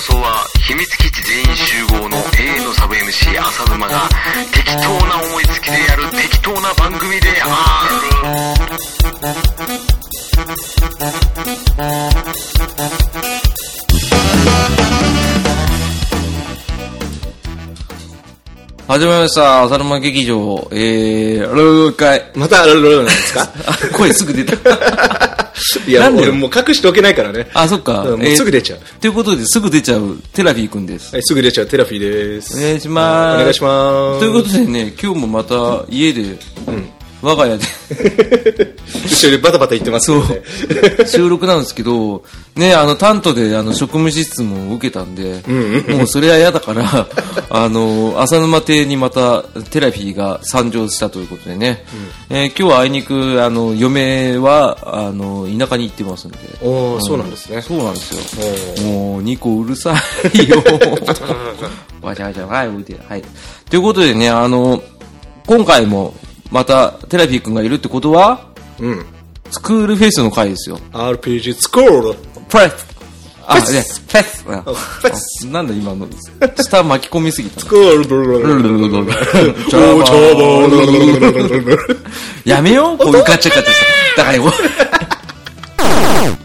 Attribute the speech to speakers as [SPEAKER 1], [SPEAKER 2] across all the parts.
[SPEAKER 1] 送は秘密基地全員集合の永遠のサブ MC 浅沼が適当な思いつきでやる適当な番組である
[SPEAKER 2] 始まりました。浅沼劇場、えー、ルー会。
[SPEAKER 3] また、ロロなんで すか
[SPEAKER 2] あ、声すぐ出 た。
[SPEAKER 3] い
[SPEAKER 2] な
[SPEAKER 3] や、
[SPEAKER 2] んで
[SPEAKER 3] 俺もう隠しておけないからね。
[SPEAKER 2] あ、そっか。
[SPEAKER 3] うんもうすぐ出ちゃう。
[SPEAKER 2] えーということで、すぐ出ちゃう、テラフィーくんです。
[SPEAKER 3] はい、すぐ出ちゃうテラフィーです。
[SPEAKER 2] お願いします。
[SPEAKER 3] お願いします。
[SPEAKER 2] ということでね、今日もまた家で、我が家で、
[SPEAKER 3] 後ろでバタバタ言ってます
[SPEAKER 2] そ
[SPEAKER 3] ので。
[SPEAKER 2] う、収録なんですけど、ね、あの、担当で、あの、職務質問を受けたんで、もうそれは嫌だから、あの、浅沼邸にまた、テラフィーが参上したということでね、えー今日はあいにく、あの、嫁は、あの、田舎に行ってますんで、
[SPEAKER 3] おー、そうなんですね。
[SPEAKER 2] そうなんですよ。もう、ニコうるさい よ。わちゃわちゃ、はい、おいで、はい。ということでね、あの、今回も、また、テラフィー君がいるってことは、
[SPEAKER 3] うん。
[SPEAKER 2] スクールフェイスの回ですよ。
[SPEAKER 3] RPG スコール
[SPEAKER 2] プレスあ、
[SPEAKER 3] プ
[SPEAKER 2] いや、フ
[SPEAKER 3] レ
[SPEAKER 2] ェスあ
[SPEAKER 3] フェス
[SPEAKER 2] なんだ今の、下巻き込みすぎた
[SPEAKER 3] ス。コール
[SPEAKER 2] ルルルルルル
[SPEAKER 3] おー、ちょうど
[SPEAKER 2] やめようこういうガチャガチャした。だからよ。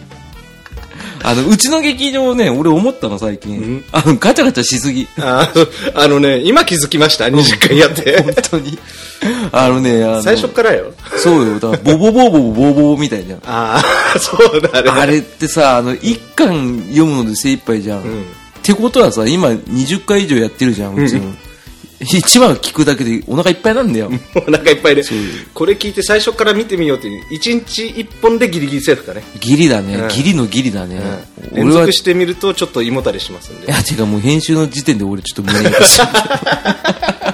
[SPEAKER 2] あの、うちの劇場ね、俺思ったの最近。あの、ガチャガチャしすぎ。
[SPEAKER 3] ああのね、今気づきました、20回やって。
[SPEAKER 2] 本当に。あのね、あの、
[SPEAKER 3] 最初からよ。
[SPEAKER 2] そうよ。だからボボボボボボボボみたいじゃん。
[SPEAKER 3] ああ、そうだね。
[SPEAKER 2] あれってさ、あの、一巻読むので精一杯じゃん。ってことはさ、今20回以上やってるじゃん、うちの。一番聞くだけでお腹いっぱいなんだよ。
[SPEAKER 3] もうお腹いっぱいで。これ聞いて最初から見てみようっていう。1日1本でギリギリセーフかね。
[SPEAKER 2] ギリだね、
[SPEAKER 3] ん
[SPEAKER 2] ギリのギリだね。
[SPEAKER 3] 連
[SPEAKER 2] 俺は、
[SPEAKER 3] 続
[SPEAKER 2] い
[SPEAKER 3] してみるとちょっと胃もたれしますんで。
[SPEAKER 2] や、違う、もう編集の時点で俺ちょっと無理 がしちゃった。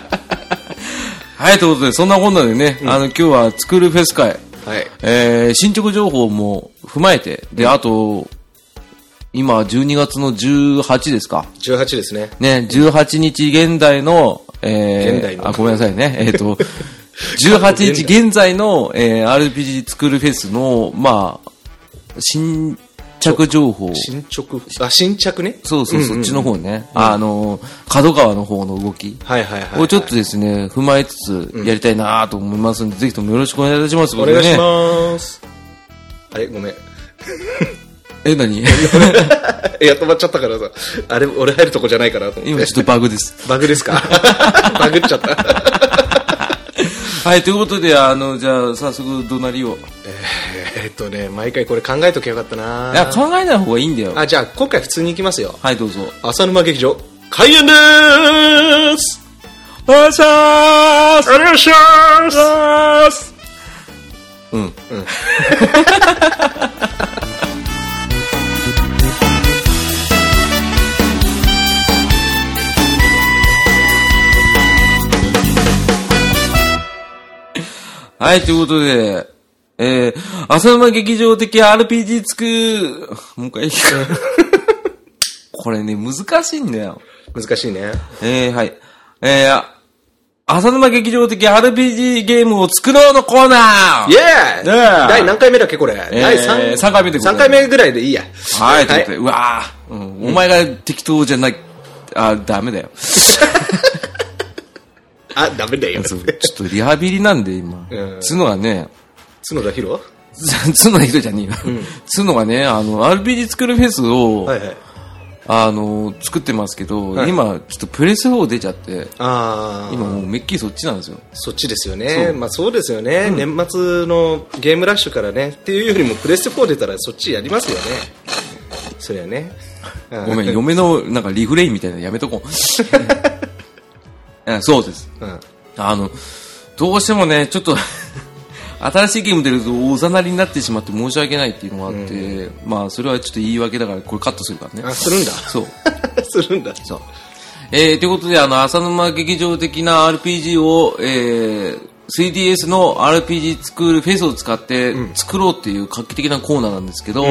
[SPEAKER 2] はい、ということで、そんなこんなでね、あの、今日はスクールフェス会、
[SPEAKER 3] はい。
[SPEAKER 2] えー、進捗情報も踏まえて、で、あと、今、12月の18ですか。
[SPEAKER 3] 18ですね。
[SPEAKER 2] ね、18日現代の、えー、
[SPEAKER 3] 現代の
[SPEAKER 2] あ、ごめんなさい ね。えっ、と、18日現在の、えー、RPG スクールフェスの、まあ、新着情報。
[SPEAKER 3] 進捗、あ、新着ね。
[SPEAKER 2] そうそう、そっちの方ね。あの、角川の方の動き。
[SPEAKER 3] はいはいはい。
[SPEAKER 2] をちょっとですね、踏まえつつ、やりたいなと思いますんで、ぜひともよろしくお願いいたします。
[SPEAKER 3] お願いします。あれ、ごめん。
[SPEAKER 2] す。え、何
[SPEAKER 3] いや、止まっちゃったからさ。あれ、俺入るとこじゃないかなと思っ
[SPEAKER 2] 今
[SPEAKER 3] て
[SPEAKER 2] ち。ょっとバグです。
[SPEAKER 3] バグですかバグっちゃった。
[SPEAKER 2] はい、ということで、あの、じゃあ、早速、隣を。
[SPEAKER 3] えーっとね、毎回これ考えときゃよかった
[SPEAKER 2] いや、
[SPEAKER 3] な
[SPEAKER 2] 考えない方がいいんだよ。
[SPEAKER 3] あ、じゃあ今回普通に行きますよ。
[SPEAKER 2] はい、どうぞ。
[SPEAKER 3] 浅沼劇場、開演でーす
[SPEAKER 2] お願いします
[SPEAKER 3] お願いします
[SPEAKER 2] うん。はい、ということで、えー、浅沼劇場的 RPG つく、もう一回いいか。これね、難しいんだよ。
[SPEAKER 3] 難しいね。
[SPEAKER 2] えー、はい。えー、あ浅沼劇場的 RPG ゲームを作ろうのコーナー
[SPEAKER 3] イエー
[SPEAKER 2] ねえ
[SPEAKER 3] イ第何回目だっけこれ。
[SPEAKER 2] え
[SPEAKER 3] 第3
[SPEAKER 2] 三回目でござい
[SPEAKER 3] 3
[SPEAKER 2] ます
[SPEAKER 3] 回目ぐらいでいいや。
[SPEAKER 2] はい、ということで、うわぁ、うん、お前が適当じゃない、あ、ダメだよ。
[SPEAKER 3] あ、ダメだよ。
[SPEAKER 2] そう ちょっとリハビリなんで、今
[SPEAKER 3] う。ん
[SPEAKER 2] つのがね、
[SPEAKER 3] 角田博
[SPEAKER 2] つの人じゃねえよ。つのがね、あの、RPG 作るフェスを、
[SPEAKER 3] はいはい。
[SPEAKER 2] あの、作ってますけど、
[SPEAKER 3] はい
[SPEAKER 2] 今、ちょっとプレス4出ちゃって、
[SPEAKER 3] あー
[SPEAKER 2] 今もうめっきりそっちなんですよ。
[SPEAKER 3] そっちですよね。まあそうですよね、年末のゲームラッシュからね。っていうよりもプレステ4出たらそっちやりますよね。そりゃね。
[SPEAKER 2] ごめん、
[SPEAKER 3] よ。
[SPEAKER 2] 嫁のなんかリフレインみたいなのやめと こう。うんそうです。
[SPEAKER 3] うん。
[SPEAKER 2] あの、どうしてもね、ちょっと、 新しいゲーム出るとおざなりになってしまって申し訳ないっていうのがあって、まあ、それはちょっと言い訳だから、これカットするからね。
[SPEAKER 3] あ、するんだ。
[SPEAKER 2] そう。
[SPEAKER 3] するんだ。
[SPEAKER 2] そう。えー、ということで、あの、浅沼劇場的な RPG を、えー、3DS の RPG スクールフェスを使って作ろうっていう画期的なコーナーなんですけど、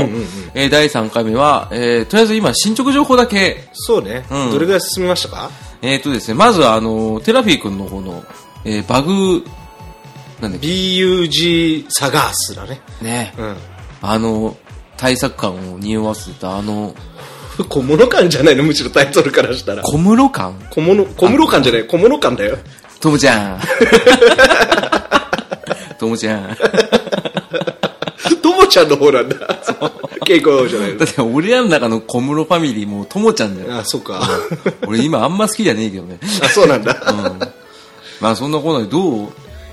[SPEAKER 2] えー第3回目は、えー、とりあえず今進捗情報だけ、
[SPEAKER 3] そうね、どれぐらい進みましたか
[SPEAKER 2] えっ、ー、とですね、まずはあの、テラフィー君の方の、えー、バグ、なんだっけ、
[SPEAKER 3] ?BUG サガースだね。
[SPEAKER 2] ね、
[SPEAKER 3] うん。
[SPEAKER 2] あの、対策感を匂わせたあの、
[SPEAKER 3] 小物感じゃないのむしろタイトルからしたら
[SPEAKER 2] 小室感
[SPEAKER 3] 小物小室感じゃない小物感だよ
[SPEAKER 2] ともちゃん。 ともちゃん。だ
[SPEAKER 3] ともちゃんの方なんだ稽古じゃないの
[SPEAKER 2] って俺らの中の小室ファミリーもともちゃんだよ。
[SPEAKER 3] あそうか
[SPEAKER 2] 俺今あんま好きじゃねえけどね。
[SPEAKER 3] あそうなんだ、
[SPEAKER 2] うん。まあそんなこんなでどう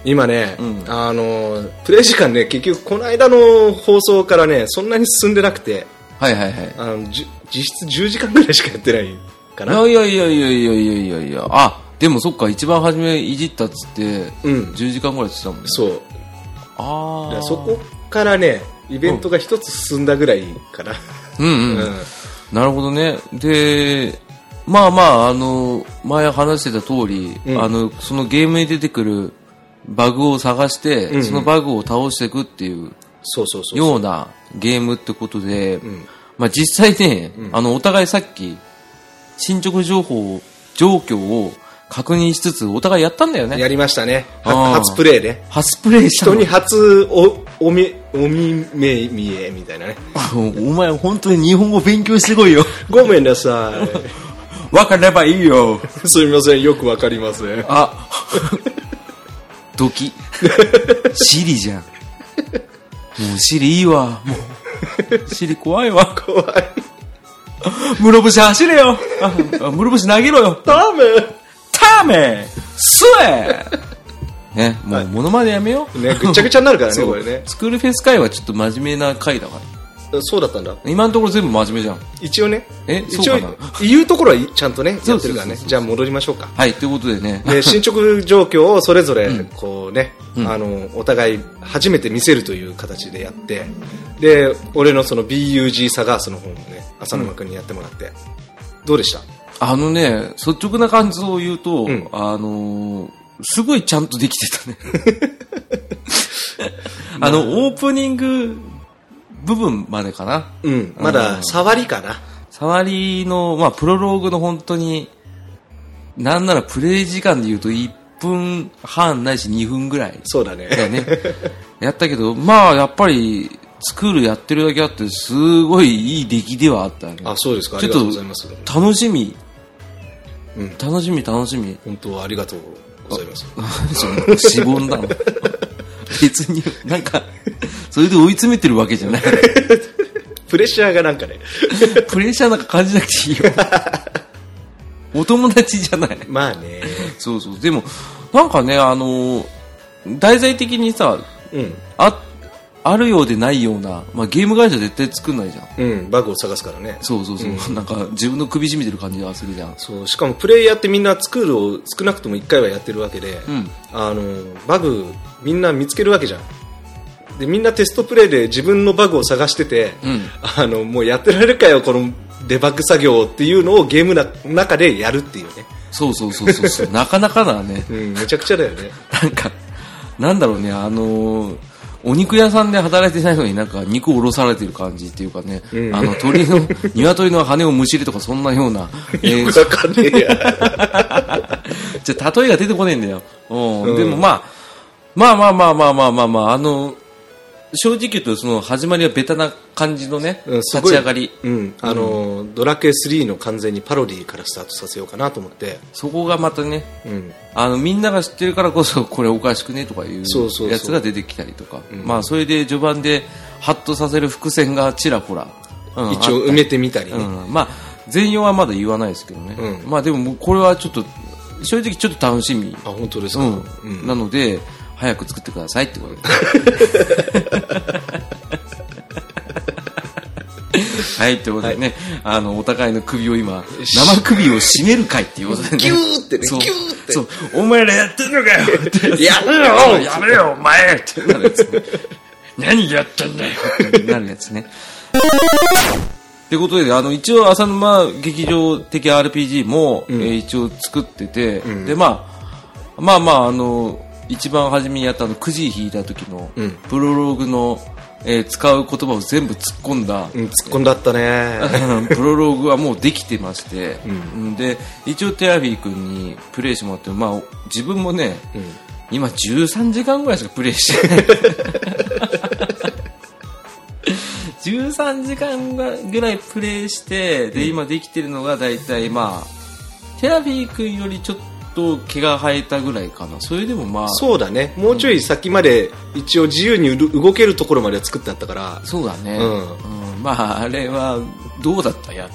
[SPEAKER 3] 今ね、あのプレイ時間ね結局この間の放送からねそんなに進んでなくて
[SPEAKER 2] はいはいはい。
[SPEAKER 3] あのじゅ実質10時間ぐらいしかやってないか
[SPEAKER 2] い
[SPEAKER 3] な
[SPEAKER 2] やいやいやいやいやいやいやいや。あ、でもそっか、一番初めいじったっつって、
[SPEAKER 3] うん
[SPEAKER 2] 10時間ぐらいっつってたもんね。
[SPEAKER 3] そ
[SPEAKER 2] あ
[SPEAKER 3] うだか
[SPEAKER 2] あ。
[SPEAKER 3] らそこからねイベントが一つ進んだぐらいかな、
[SPEAKER 2] うんうん。なるほどね。で、まあまあ、あの、前話してた通り、
[SPEAKER 3] うん
[SPEAKER 2] あの、そのゲームに出てくるバグを探して、
[SPEAKER 3] んうん
[SPEAKER 2] そのバグを倒していくっていう
[SPEAKER 3] そうそうそう
[SPEAKER 2] ようなゲームってことで、
[SPEAKER 3] ん
[SPEAKER 2] まあ実際ね、あの、お互いさっき、進捗情報を、状況を確認しつつ、お互いやったんだよね。
[SPEAKER 3] やりましたね
[SPEAKER 2] あー
[SPEAKER 3] は初プレイね
[SPEAKER 2] 初プレイしたの
[SPEAKER 3] 人に初おおみおみめみえみたいなね
[SPEAKER 2] お前本当に日本語勉強してこ いよ。
[SPEAKER 3] ごめんなさ
[SPEAKER 2] わかればいいよ。
[SPEAKER 3] い すみませんよくわかりません
[SPEAKER 2] あ、ドキ。シリじゃん。もうシリいいわ。もう、シリ怖いわ。
[SPEAKER 3] 怖い
[SPEAKER 2] 室伏走れよ。ああ室伏投げろよ。
[SPEAKER 3] ダメ
[SPEAKER 2] タメスエね、もうモノマネやめよう。
[SPEAKER 3] ねぐっちゃぐちゃになるからね
[SPEAKER 2] そう
[SPEAKER 3] これね
[SPEAKER 2] スクールフェス会はちょっと真面目な会だか
[SPEAKER 3] そうだったんだ
[SPEAKER 2] ら。今のところ全部真面目じゃん。
[SPEAKER 3] 一応ね
[SPEAKER 2] え
[SPEAKER 3] 一
[SPEAKER 2] そ
[SPEAKER 3] 応
[SPEAKER 2] うかな
[SPEAKER 3] 言うところはちゃんとね
[SPEAKER 2] そ
[SPEAKER 3] や
[SPEAKER 2] う
[SPEAKER 3] って
[SPEAKER 2] そうそうそう
[SPEAKER 3] るからねじゃあ戻りましょ うか
[SPEAKER 2] はい、ということでね。
[SPEAKER 3] で進捗状況をそれぞれこうね、あのお互い初めて見せるという形でやってで俺のその BUG サガースの方もね浅沼君にやってもらって、どうでした
[SPEAKER 2] あのね、率直な感想を言うと、
[SPEAKER 3] ん
[SPEAKER 2] あのーすごいちゃんとできて たね。あの、オープニング部分までかな。
[SPEAKER 3] うんまだ触りかな
[SPEAKER 2] 触りの、まあ、プロローグの本当に、なんならプレイ時間で言うと1分半ないし2分ぐらい
[SPEAKER 3] そうだね
[SPEAKER 2] だよ ね。やったけど、まあ、やっぱり、スクールやってるだけあって、すごいいい出来ではあったね。
[SPEAKER 3] あそうですかあ
[SPEAKER 2] ち
[SPEAKER 3] り
[SPEAKER 2] ょっと
[SPEAKER 3] がとうございます
[SPEAKER 2] 楽しみ。
[SPEAKER 3] うん
[SPEAKER 2] 楽しみ、楽しみ。
[SPEAKER 3] 本当はありがとうございます
[SPEAKER 2] そのしぼんだの。別に、なんか、それで追い詰めてるわけじゃない。
[SPEAKER 3] プレッシャーがなんかね
[SPEAKER 2] プレッシャーなんか感じなくていいよ。お友達じゃない。
[SPEAKER 3] まあね
[SPEAKER 2] そうそう。でも、なんかね、あの、題材的にさ、
[SPEAKER 3] うん
[SPEAKER 2] あ、あるようでないような、まあゲーム会社絶対作んないじゃん。
[SPEAKER 3] うんバグを探すからね
[SPEAKER 2] そうそうそう。なんか自分の首絞めてる感じがするじゃん。
[SPEAKER 3] そうしかもプレイヤーってみんなスクールを少なくとも1回はやってるわけで、
[SPEAKER 2] ん
[SPEAKER 3] あのバグみんな見つけるわけじゃんでみんなテストプレイで自分のバグを探してて、
[SPEAKER 2] ん
[SPEAKER 3] あのもうやってられるかよこのデバッグ作業っていうのをゲームの中でやるっていうね、
[SPEAKER 2] そうそうそうそう そう。なかなかだね。
[SPEAKER 3] うん、めちゃくちゃだよ ね
[SPEAKER 2] なんか、なんだろうね、あのーお肉屋さんで働いてないのになんか肉をおろされてる感じっていうかね、
[SPEAKER 3] うん
[SPEAKER 2] あの鳥の、 鶏の羽をむしりとかそんなような、えー
[SPEAKER 3] よくわかんねえや
[SPEAKER 2] じゃあ例えが出てこねえんだよ。うんでもまあ、まあまあまあまあまあまあ、まあ、あの、正直言うとその始まりはベタな感じのね、
[SPEAKER 3] うんす
[SPEAKER 2] 立
[SPEAKER 3] ごい
[SPEAKER 2] ち上がり。
[SPEAKER 3] うんあのドラクエ3の完全にパロディからスタートさせようかなと思って、
[SPEAKER 2] そこがまたね、
[SPEAKER 3] うん、
[SPEAKER 2] あのみんなが知ってるからこそ これおかしくねとかいう
[SPEAKER 3] そうそうそう
[SPEAKER 2] やつが出てきたりとかまあそれで序盤でハッとさせる伏線がちらほら、うん
[SPEAKER 3] 一応埋めてみたりね、
[SPEAKER 2] うん、まあ全容はまだ言わないですけどね、
[SPEAKER 3] うん
[SPEAKER 2] まあでももうこれはちょっと正直ちょっと楽しみ、
[SPEAKER 3] あ本当です
[SPEAKER 2] う
[SPEAKER 3] か、
[SPEAKER 2] んなので早く作ってくださいってことで はいということでね、あのお互いの首を今生首を絞める会っていうことでね
[SPEAKER 3] ギューってね
[SPEAKER 2] そう
[SPEAKER 3] ギューって
[SPEAKER 2] そうお前らやってんのかよって
[SPEAKER 3] やめろ
[SPEAKER 2] そうやめろよお前ってなるやつね何やってんだよってなるやつねってことで、あの、一応、浅沼劇場的 RPG も、えー一応作ってて、で、まあ、まあまあ、あの、一番初めにやったあの、くじ引いた時の、
[SPEAKER 3] うん
[SPEAKER 2] プロローグの、えー使う言葉を全部突っ込んだ、
[SPEAKER 3] うん、突っ込んだったね
[SPEAKER 2] プロローグはもうできてまして、うんで、一応、テアフィー君にプレイしてもらって、まあ、自分もね、今13時間ぐらいしかプレイしてない。 13時間ぐらいプレイして、で、今できてるのが大体まあ、テラフィー君よりちょっと毛が生えたぐらいかな。それでもまあ、
[SPEAKER 3] そうだねもうちょい先まで一応自由にう動けるところまでは作ってあったから
[SPEAKER 2] そうだね。
[SPEAKER 3] うん
[SPEAKER 2] うんまあ、あれは、どうだったやっ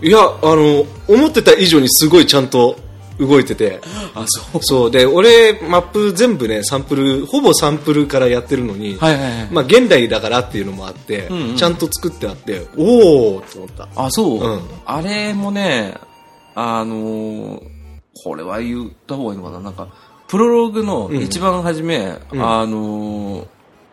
[SPEAKER 2] て。
[SPEAKER 3] いやあの思ってた以上にすごいちゃんと動いてて
[SPEAKER 2] あ、そう。
[SPEAKER 3] そうで俺マップ全部ねサンプルほぼサンプルからやってるのに、
[SPEAKER 2] はいはいはい。
[SPEAKER 3] まあ、現代だからっていうのもあって、
[SPEAKER 2] んうん
[SPEAKER 3] ちゃんと作ってあっておおって思った
[SPEAKER 2] あ、そう、
[SPEAKER 3] うん
[SPEAKER 2] あれもね、あのーこれは言った方がいいのかななんか、プロローグの一番初め、
[SPEAKER 3] ん
[SPEAKER 2] あのー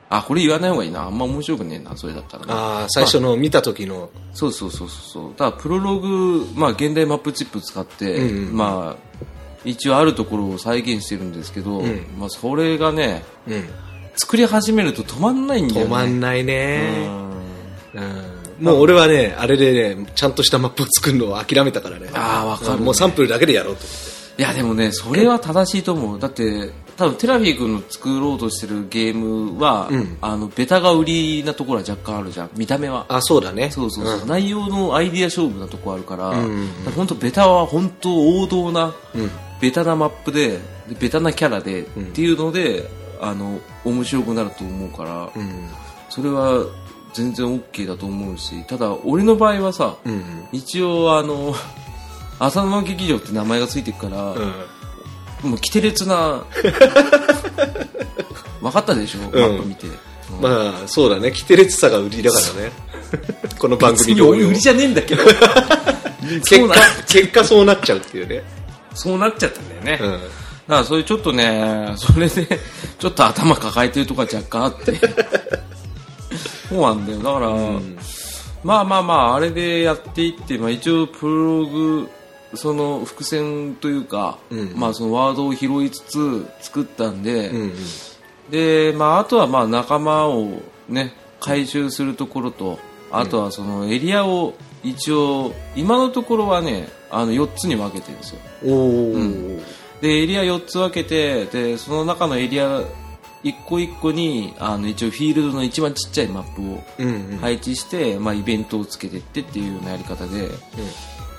[SPEAKER 2] あ、これ言わない方がいいな。あんま面白くねえな、それだったらね、
[SPEAKER 3] あー最初の見た時の
[SPEAKER 2] そうそうそうそう。だから、プロローグ、まあ、現代マップチップ使って、
[SPEAKER 3] うんうん
[SPEAKER 2] まあ、一応あるところを再現してるんですけど、
[SPEAKER 3] ん
[SPEAKER 2] まあ、それがね、
[SPEAKER 3] うん
[SPEAKER 2] 作り始めると止まんないんだよ
[SPEAKER 3] 止
[SPEAKER 2] ね。
[SPEAKER 3] まん
[SPEAKER 2] な
[SPEAKER 3] ないね、うんもう俺はねあれでねちゃんとしたマップを作るのを諦めたからね
[SPEAKER 2] あーわかる
[SPEAKER 3] うんもうサンプルだけでやろうと
[SPEAKER 2] いやでもねそれは正しいと思うだって多分テラフィー君の作ろうとしてるゲームは、
[SPEAKER 3] うん
[SPEAKER 2] あのベタが売りなところは若干あるじゃん見た目は
[SPEAKER 3] あそうだね
[SPEAKER 2] そうそうそう、
[SPEAKER 3] ん
[SPEAKER 2] 内容のアイディア勝負なとこあるから,、
[SPEAKER 3] んうんうん
[SPEAKER 2] 本当ベタは本当王道な、
[SPEAKER 3] うん
[SPEAKER 2] ベタなマップででベタなキャラで、
[SPEAKER 3] ん
[SPEAKER 2] っていうのであの面白くなると思うから、
[SPEAKER 3] うん
[SPEAKER 2] それは全然 OK だと思うしただ俺の場合はさ、
[SPEAKER 3] うん
[SPEAKER 2] 一応あの浅沼劇場って名前がついてるから、
[SPEAKER 3] うん
[SPEAKER 2] もうキテレ ツな分かったでしょ、マップ見て、うん
[SPEAKER 3] まあそうだねキテレツさが売りだからね この番組同
[SPEAKER 2] 別に
[SPEAKER 3] 様
[SPEAKER 2] 売りじゃねえんだけどそ
[SPEAKER 3] 結
[SPEAKER 2] うな
[SPEAKER 3] 果結果そうなっちゃうっていうね
[SPEAKER 2] そうなっちゃったんだよね、
[SPEAKER 3] う
[SPEAKER 2] だか
[SPEAKER 3] ん
[SPEAKER 2] らそういうちょっとねそれでちょっと頭抱えてるとこは若干あって そうなんだよだから、まあまあまああれでやっていって、まあ、一応プロローグその伏線というか、
[SPEAKER 3] うん
[SPEAKER 2] まあそのワードを拾いつつ作ったんで、
[SPEAKER 3] うんうん
[SPEAKER 2] で、まあ、あとはまあ仲間をね回収するところとあとはそのエリアを一応今のところはねあの4つに分けてるんですよ
[SPEAKER 3] おお
[SPEAKER 2] でエリア4つ分けてでその中のエリア一個一個にあの一応フィールドの一番ちっちゃいマップを
[SPEAKER 3] うんうん
[SPEAKER 2] 配置して、まあ、イベントをつけてってっていうようなやり方で、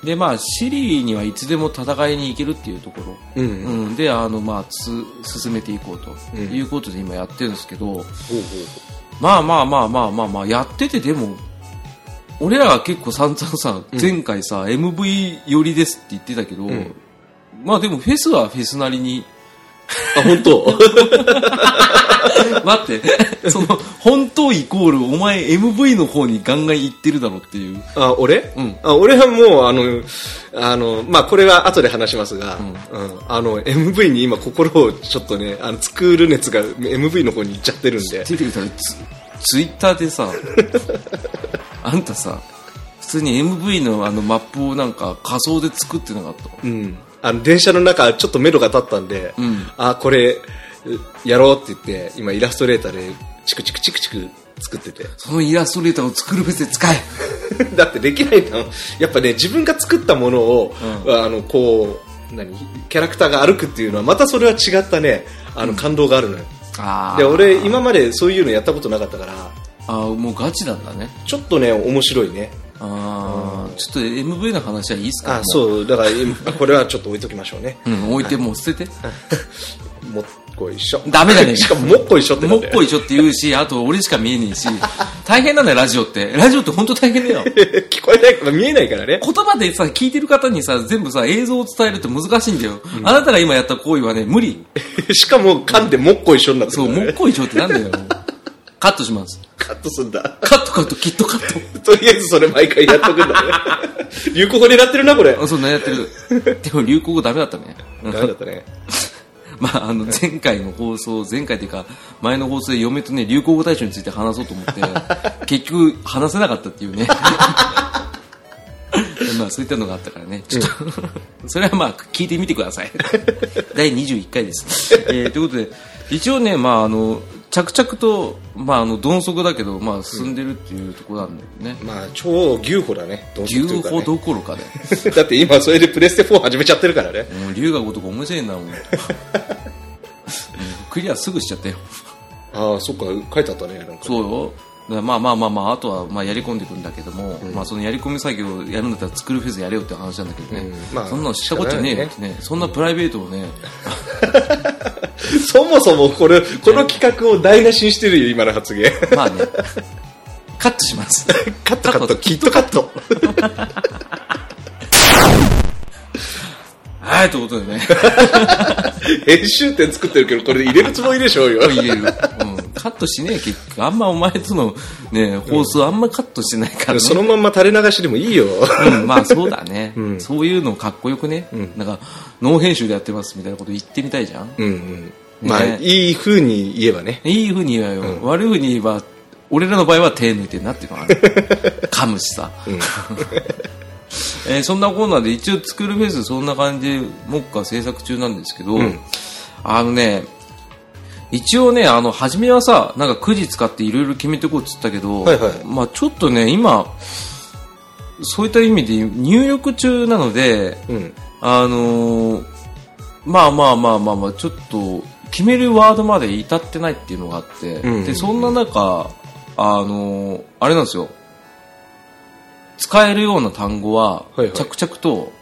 [SPEAKER 2] でまあシリーにはいつでも戦いに行けるっていうところ
[SPEAKER 3] うんうんおう
[SPEAKER 2] うん、であの、まあ、つ進めていこうということで今やってるんですけど、まあまあまあまあまあまあやっててでも俺らが結構散々さ前回さ、MV 寄りですって言ってたけど、
[SPEAKER 3] ん
[SPEAKER 2] まあでもフェスはフェスなりに
[SPEAKER 3] あ本当
[SPEAKER 2] 待ってその本当イコールお前 MV の方にガンガン行ってるだろっていう
[SPEAKER 3] あ俺、
[SPEAKER 2] うん
[SPEAKER 3] あ俺はもうあのあの、まあ、これは後で話しますが、うんあの MV に今心をちょっとねあのスクール熱が MV の方に行っちゃってるんで
[SPEAKER 2] ていうかツツイッターで さあんたさ普通に MV のあのマップをなんか仮想で作ってなかった
[SPEAKER 3] うん、あの電車の中ちょっと目処が立ったんで、
[SPEAKER 2] ん
[SPEAKER 3] あこれうやろうって言って今イラストレーターでチクチクチクチク作って て
[SPEAKER 2] そのイラストレーターを作るべで使え
[SPEAKER 3] だってできないのやっぱね自分が作ったものを、
[SPEAKER 2] う
[SPEAKER 3] あのこう何キャラクターが歩くっていうのはまたそれは違ったねあの感動があるのよ、
[SPEAKER 2] あー
[SPEAKER 3] で俺今までそういうのやったことなかったから
[SPEAKER 2] あーもうガチなんだね
[SPEAKER 3] ちょっとね面白いね
[SPEAKER 2] ああ、ちょっと MV の話はいいっすか
[SPEAKER 3] あそうだから今これはちょっと置いときましょうね
[SPEAKER 2] う、ん、置いてもう捨 てて
[SPEAKER 3] もっこいしょ
[SPEAKER 2] ダメだね
[SPEAKER 3] しかももっこいしょってな
[SPEAKER 2] も
[SPEAKER 3] ん
[SPEAKER 2] っ
[SPEAKER 3] だよ
[SPEAKER 2] こいしょって言うしあと俺しか見えねえし大変なんだよラジオってラジオって本当大変だ よ
[SPEAKER 3] 聞こえないから見えないからね
[SPEAKER 2] 言葉でさ聞いてる方にさ全部さ映像を伝えるって難しいんだよ、あなたが今やった行為はね無理
[SPEAKER 3] しかも噛んでもっこいしょになって
[SPEAKER 2] そうもっこいしょってなんだよカットします
[SPEAKER 3] カットすんだ。
[SPEAKER 2] カットカットきっとカット
[SPEAKER 3] とりあえずそれ毎回やっとくんだ ね。流行語狙ってるな、これ。
[SPEAKER 2] あそんなやってるでも流行語ダメだったねうん
[SPEAKER 3] ダメだったね。
[SPEAKER 2] まあ、あの前回の放送前回というか前の放送で嫁とね流行語大賞について話そうと思って結局話せなかったっていうね まあそういったのがあったからねちょっと、それはまあ聞いてみてください第21回です、えーということで一応ね、まあ、あの着々と、まあ、あの鈍足だけど、まあ、進んでるっていうところなんだよね、
[SPEAKER 3] まあ、超牛歩だね。牛
[SPEAKER 2] 牛歩どころかで、
[SPEAKER 3] だって今それでプレステ4始めちゃってるからね。
[SPEAKER 2] もう龍が如く面白いなもううんクリアすぐしちゃったよ
[SPEAKER 3] ああ、そっか、書いてあったね。なんか
[SPEAKER 2] そうよ。だからまあまあまあまああとはまあやり込んでいくんだけども、まあそのやり込み作業やるんだったら作るフェスやれよって話なんだけどね、
[SPEAKER 3] んまあ
[SPEAKER 2] そんなのしたこっちゃねえよってねそんなプライベートをね、
[SPEAKER 3] そもそもこれ、この企画を台無しにしてるよ、今の発言。
[SPEAKER 2] まあねカットします
[SPEAKER 3] カットカット、キットカット。
[SPEAKER 2] はいということでね
[SPEAKER 3] 編集点作ってるけど、これ入れるつもりでしょうよ。
[SPEAKER 2] 言える、うん、カットしねえ結局あんまお前とのね放送あんまカットしてないからね、
[SPEAKER 3] そのまんま垂れ流しでもいい よ。
[SPEAKER 2] うん、まあそうだね、そういうのかっこよくね、なんかノー編集でやってますみたいなこと言ってみたいじゃん、
[SPEAKER 3] うんうん。まあ、
[SPEAKER 2] ね
[SPEAKER 3] いい風に言えばね。
[SPEAKER 2] いいふうに言えばよ、悪いふうに言えば俺らの場合は手抜いてんなっていうのはあ る噛むしさ、 えーそんなコーナーで一応作るフェスそんな感じで目下制作中なんですけど、あのね一応ね、あの、初めはさ、なんかくじ使っていろいろ決めてこうっつったけど、
[SPEAKER 3] はいはい
[SPEAKER 2] まあちょっとね、今、そういった意味で入力中なので、
[SPEAKER 3] うん。
[SPEAKER 2] あのーまあまあまあまあまあ、ちょっと、決めるワードまで至ってないっていうのがあって、
[SPEAKER 3] うん
[SPEAKER 2] で、そんな中、あのーあれなんですよ。使えるような単語は
[SPEAKER 3] はいはい、
[SPEAKER 2] 着々と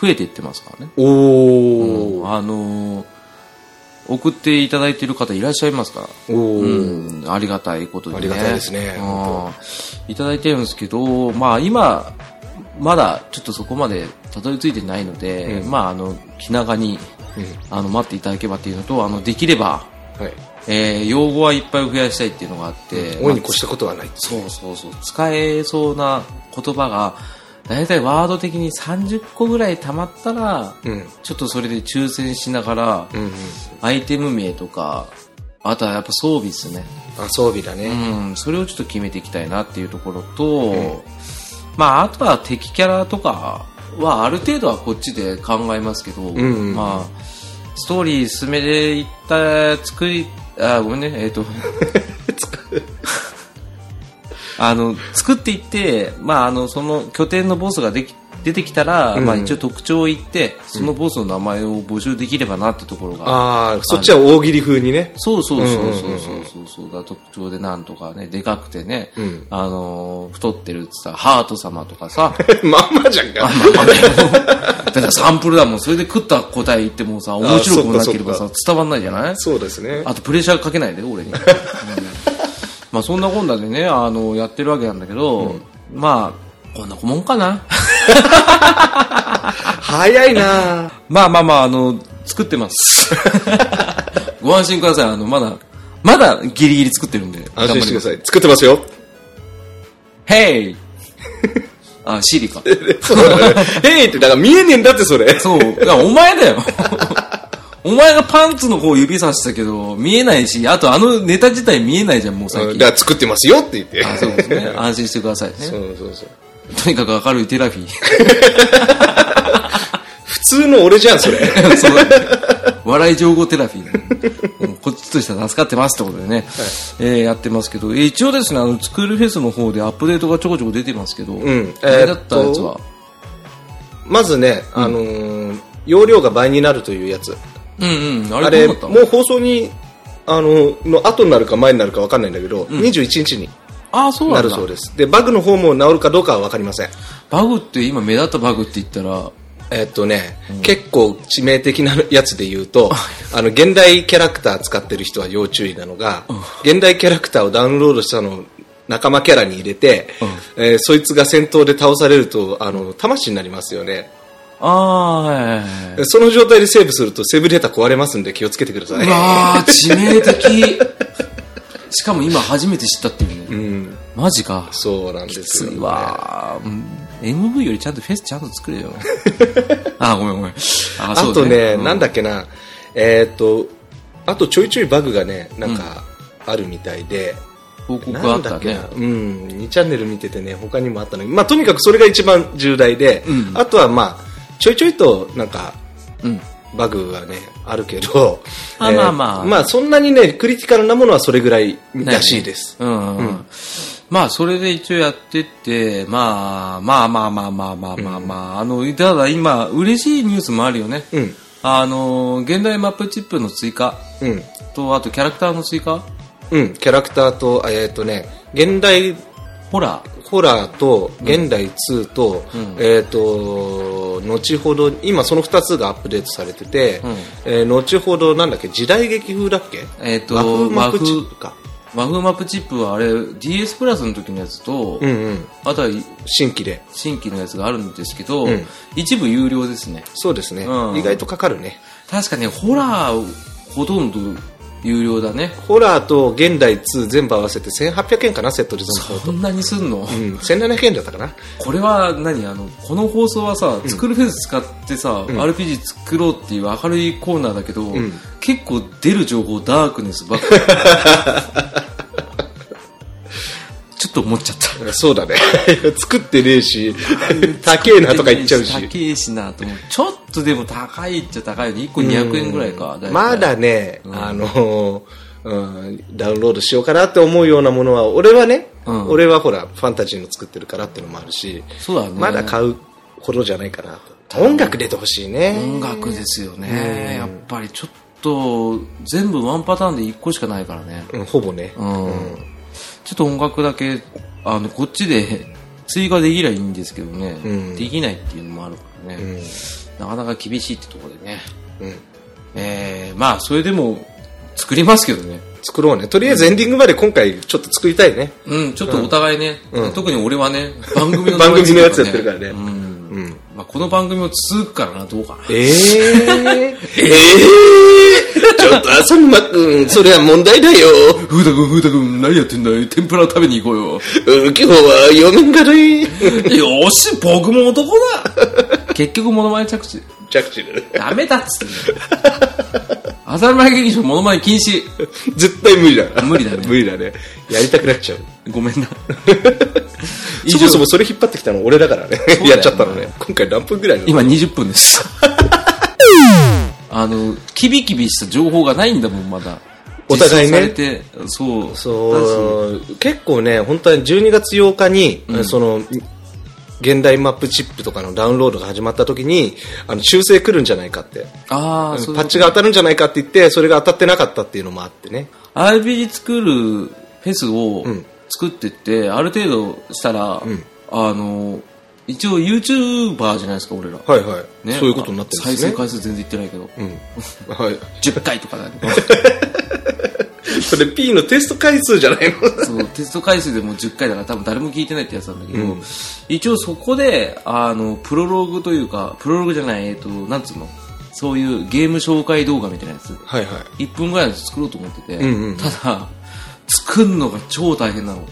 [SPEAKER 2] 増えていってますからね。
[SPEAKER 3] おー。
[SPEAKER 2] あのー送っていただいている方いらっしゃいますから。
[SPEAKER 3] お
[SPEAKER 2] う
[SPEAKER 3] ー。
[SPEAKER 2] ん、ありがたいことでね。
[SPEAKER 3] ありがたいですね
[SPEAKER 2] うんいただいてるんですけど、まあ今、まだちょっとそこまでたどり着いてないので、
[SPEAKER 3] うん
[SPEAKER 2] まああの、気長に、あの、待っていただければっていうのと、あの、できれば、
[SPEAKER 3] はい。
[SPEAKER 2] えー用語はいっぱい増やしたいっていうのがあって、
[SPEAKER 3] 大いに越したことはない。
[SPEAKER 2] そうそうそう、使えそうな言葉が、だいたいワード的に30個ぐらい溜まったら、
[SPEAKER 3] うん。
[SPEAKER 2] ちょっとそれで抽選しながら、
[SPEAKER 3] うんうん。
[SPEAKER 2] アイテム名とか、あとはやっぱ装備ですね。
[SPEAKER 3] あ、装備だね。
[SPEAKER 2] うん、それをちょっと決めていきたいなっていうところと、まあ、あとは敵キャラとかはある程度はこっちで考えますけど、
[SPEAKER 3] んうん
[SPEAKER 2] まあ、ストーリー進めていった作り、あ、ごめんね、えっ、 と、あの、作っていって、まあ、あの、その拠点のボスができ出てきたら、まあ一応特徴を言って、そのボスの名前を募集できればなってところが、
[SPEAKER 3] ああ、そっちは大喜利風にね。
[SPEAKER 2] そうそうそうそうそうそうそうだ特徴でなんとかねでかくてね、
[SPEAKER 3] ん
[SPEAKER 2] あのー太ってるってさハート様とかさ
[SPEAKER 3] まんまじゃんか。
[SPEAKER 2] だからサンプルだもんそれで食った答え言ってもさ面白くもなければ
[SPEAKER 3] そっ
[SPEAKER 2] さ伝わんないじゃない
[SPEAKER 3] そうですね。
[SPEAKER 2] あとプレッシャーかけないで俺に、うんまあそんなこんなでねあのやってるわけなんだけど、まあこんなもんかな
[SPEAKER 3] 早いなあ
[SPEAKER 2] まあまあまああの作ってますご安心くださいあのまだまだギリギリ作ってるんで
[SPEAKER 3] 安心してくだ
[SPEAKER 2] い
[SPEAKER 3] さい。作ってますよ。
[SPEAKER 2] ヘイあ、シリか。
[SPEAKER 3] えいって、だから見えねえんだって、それ。
[SPEAKER 2] そう。いや、お前だよ。 お前がパンツの方を指さしたけど、見えないし、あとあのネタ自体見えないじゃん、もう最
[SPEAKER 3] うん
[SPEAKER 2] 近。
[SPEAKER 3] だから作ってますよって言って。
[SPEAKER 2] あそうです ね。安心してくださいね。
[SPEAKER 3] そうそうそう。
[SPEAKER 2] とにかく明るいテラフィ
[SPEAKER 3] 普通の俺じゃん、それ。
[SPEAKER 2] ー。そう 笑い情報テラフィー。うんこっちとしては助かってますってことでね、えーやってますけど、えー一応ですね、あの、スクールフェスの方でアップデートがちょこちょこ出てますけど、
[SPEAKER 3] ん
[SPEAKER 2] あれだったやつは、
[SPEAKER 3] まずね、あのー、容量が倍になるというやつ。
[SPEAKER 2] うんうん、あ
[SPEAKER 3] あ
[SPEAKER 2] れ
[SPEAKER 3] れ、
[SPEAKER 2] どうなったの
[SPEAKER 3] もう放送に、あの、の後になるか前になるか分かんないんだけど、21日に
[SPEAKER 2] ああ、そうな
[SPEAKER 3] なんる
[SPEAKER 2] だ
[SPEAKER 3] そう。です。で、バグの方も治るかどうかは分かりません。
[SPEAKER 2] バグって今目立ったバグって言ったら、
[SPEAKER 3] えっとね、結構致命的なやつで言うと、あの、現代キャラクター使ってる人は要注意なのが、現代キャラクターをダウンロードしたのを仲間キャラに入れて、えーそいつが戦闘で倒されると、あの、魂になりますよね。
[SPEAKER 2] ああ、はいはいはい。
[SPEAKER 3] その状態でセーブするとセーブデータ壊れますんで気をつけてください。
[SPEAKER 2] うわあ、致命的。しかも今初めて知ったっていうね。
[SPEAKER 3] うん、
[SPEAKER 2] マジか。
[SPEAKER 3] そうなんですよ、
[SPEAKER 2] う
[SPEAKER 3] ね。
[SPEAKER 2] わあ、うん MV よりちゃんとフェスちゃんと作れ よ。あーごめんごめん。あー
[SPEAKER 3] あとね、なん
[SPEAKER 2] だ
[SPEAKER 3] だっけな、えーっと、あとちょいちょいバグがね、なんかあるみたいで、
[SPEAKER 2] 報告あ
[SPEAKER 3] なん
[SPEAKER 2] っ
[SPEAKER 3] だ
[SPEAKER 2] た
[SPEAKER 3] っけ
[SPEAKER 2] ね
[SPEAKER 3] な、。うん、2チャンネル見ててね、他にもあったのにまあとにかくそれが一番重大で、
[SPEAKER 2] うん
[SPEAKER 3] あとはまあ、ちょいちょいとなんか、
[SPEAKER 2] うん。
[SPEAKER 3] バグはね、あるけど、
[SPEAKER 2] あまあまあ
[SPEAKER 3] まあそんなにね、クリティカルなものはそれぐらいらしいです。
[SPEAKER 2] うんうんうんまあ、それで一応やってって、まあ、まあまあまあまあまあまあまあ、あの、ただ今、嬉しいニュースもあるよね。
[SPEAKER 3] うん
[SPEAKER 2] あの、現代マップチップの追加
[SPEAKER 3] うん。
[SPEAKER 2] と、あとキャラクターの追加
[SPEAKER 3] うん、キャラクターと、えーっとね、現代
[SPEAKER 2] ホラ
[SPEAKER 3] ホラーと現代2と、えっ、と、後ほど、今その2つがアップデートされてて、えー後ほどなんだっけ、時代劇風だっけ
[SPEAKER 2] えーと
[SPEAKER 3] 和風マップチップか。
[SPEAKER 2] ー。マグマップチップはあれ、DS プラスの時のやつと、
[SPEAKER 3] うんうん。
[SPEAKER 2] あとは
[SPEAKER 3] 新規で。
[SPEAKER 2] 新規のやつがあるんですけど、
[SPEAKER 3] ん
[SPEAKER 2] 一部有料ですね。
[SPEAKER 3] そうですね、
[SPEAKER 2] うん
[SPEAKER 3] 意外とかかるね。
[SPEAKER 2] 確かね、ホラーほとんど有料だね。
[SPEAKER 3] ホラーと現代2全部合わせて1800円かな、セットで全部買うと。
[SPEAKER 2] こんなにすんの、
[SPEAKER 3] うん、1700円だったかな。
[SPEAKER 2] これは何あの、この放送はさ、作るフェス使ってさ、RPG 作ろうっていう明るいコーナーだけど、結構出る情報ダークネスばっかり。 ちょっと思っちゃった。
[SPEAKER 3] そうだね。 作ってねえ し、高えなとか言っちゃうし。
[SPEAKER 2] 高いしなと思う。ちょっとでも高いっちゃ高いよね。1個200円ぐらいか。大体
[SPEAKER 3] まだね、あの、うん、ダウンロードしようかなって思うようなものは、俺はね、
[SPEAKER 2] うん
[SPEAKER 3] 俺はほら、ファンタジーの作ってるからっていうのもあるし、
[SPEAKER 2] そうだね
[SPEAKER 3] まだ買うほどじゃないかなと。音楽出てほしいね。
[SPEAKER 2] 音楽ですよね。やっぱりちょっと、全部ワンパターンで1個しかないからね。
[SPEAKER 3] うん、ほぼね。
[SPEAKER 2] うん。ちょっと音楽だけ、あの、こっちで追加できりゃいいんですけどね。
[SPEAKER 3] ん
[SPEAKER 2] できないっていうのもあるからね。なかなか厳しいってところでね。
[SPEAKER 3] うん
[SPEAKER 2] えー、まあ、それでも、作りますけどね。
[SPEAKER 3] 作ろうね。とりあえずエンディングまで今回ちょっと作りたいね。
[SPEAKER 2] うん、ちょっとお互いね、特に俺はね、番組の
[SPEAKER 3] 番組のやつやってるからね
[SPEAKER 2] うん
[SPEAKER 3] ん
[SPEAKER 2] まあ、この番組を続くからな、どうかな。
[SPEAKER 3] え えええちょっと浅沼君、それは問題だよ。
[SPEAKER 2] ふうたくん、ふうたくん、何やってんだい天ぷら食べに行こうよ。
[SPEAKER 3] うん今日は嫁がるい。
[SPEAKER 2] よーし、僕も男だ結局、モノマネ着地。
[SPEAKER 3] 着地だね
[SPEAKER 2] ダメだっつってんだよ。浅沼劇場、モノマネ禁止。
[SPEAKER 3] 絶対無理だ
[SPEAKER 2] 無理だね
[SPEAKER 3] 無理だね。やりたくなっちゃう。
[SPEAKER 2] ごめんな。
[SPEAKER 3] そもそもそれ引っ張ってきたの俺だからね。
[SPEAKER 2] よ
[SPEAKER 3] やっちゃったのね。今回何分ぐらいなの
[SPEAKER 2] 今20分です。あの、キビキビした情報がないんだもん、まだ。
[SPEAKER 3] お互い
[SPEAKER 2] 実装され
[SPEAKER 3] ね
[SPEAKER 2] て、そう。
[SPEAKER 3] そう、結構ね、本当は12月8日に、その、現代マップチップとかのダウンロードが始まった時に、あの、修正来るんじゃないかって。
[SPEAKER 2] ああ、そういうこと
[SPEAKER 3] パッチが当たるんじゃないかって言って、それが当たってなかったっていうのもあってね。
[SPEAKER 2] RPG 作るフェスを作ってって、ある程度したら、あの、一応 YouTuber じゃないですか、俺ら。
[SPEAKER 3] はいはい。
[SPEAKER 2] ね
[SPEAKER 3] そういうことになってるんですね。
[SPEAKER 2] 再生回数全然いってないけど。
[SPEAKER 3] うん。はい。
[SPEAKER 2] 10回とかだ ね。
[SPEAKER 3] それ P のテスト回数じゃないの
[SPEAKER 2] そう、テスト回数でもう10回だから多分誰も聞いてないってやつなんだけど、一応そこで、あの、プロローグというか、プロローグじゃない、えっと、なんつうのそういうゲーム紹介動画みたいなやつ。
[SPEAKER 3] はいはい。
[SPEAKER 2] 1分ぐらいの作ろうと思ってて、
[SPEAKER 3] んうん
[SPEAKER 2] ただ、作るのが超大変なの。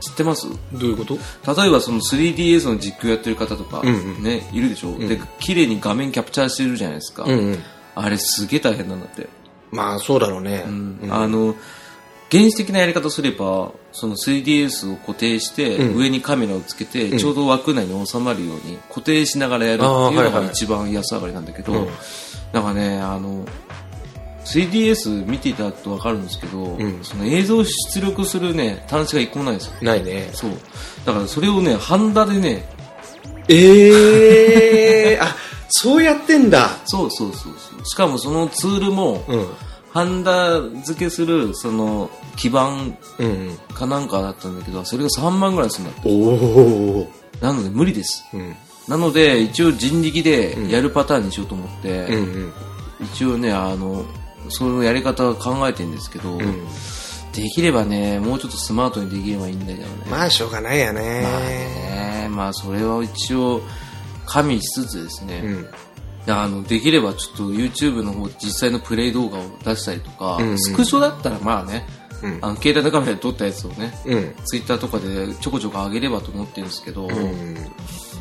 [SPEAKER 2] 知ってます
[SPEAKER 3] どういうこと
[SPEAKER 2] 例えばその 3DS の実況やってる方とか、ね、いるでしょ、で、綺麗に画面キャプチャーしてるじゃないですか。
[SPEAKER 3] うんうん。
[SPEAKER 2] あれすげえ大変なんだって。
[SPEAKER 3] まあ、そうだろうね。
[SPEAKER 2] あの、原始的なやり方すれば、その 3DS を固定して、上にカメラをつけて、ちょうど枠内に収まるように固定しながらやるっていう
[SPEAKER 3] あーはい
[SPEAKER 2] の
[SPEAKER 3] はい
[SPEAKER 2] が一番安上がりなんだけど、なんかね、あの、3DS 見ていただくとわかるんですけど、その映像を出力するね、端子が一個もないんですよ。
[SPEAKER 3] ないね。
[SPEAKER 2] そう。だからそれをね、ハンダでね、
[SPEAKER 3] ええー、あ、そうやってんだ。
[SPEAKER 2] そうそうそうそう。しかもそのツールも、
[SPEAKER 3] うん。
[SPEAKER 2] ハンダ付けする、その、基板
[SPEAKER 3] うん。
[SPEAKER 2] かなんかだったんだけど、それが3万ぐらいするんだって。
[SPEAKER 3] おお。
[SPEAKER 2] なので無理です。
[SPEAKER 3] うん。
[SPEAKER 2] なので、一応人力でやるパターンにしようと思って、
[SPEAKER 3] うんうん。
[SPEAKER 2] 一応ね、あの、そのやり方は考えてんですけど、できればね、もうちょっとスマートにできればいいんだけどね。
[SPEAKER 3] まあ、しょうがないやね。
[SPEAKER 2] まあね、まあそれは一応、加味しつつですね、
[SPEAKER 3] ん
[SPEAKER 2] あのできればちょっと YouTube の方実際のプレイ動画を出したりとか、スクショだったらまあね、あの携帯のカメラで撮ったやつをね、
[SPEAKER 3] うん。
[SPEAKER 2] ツイッターとかでちょこちょこ上げればと思ってるんですけど、
[SPEAKER 3] うん。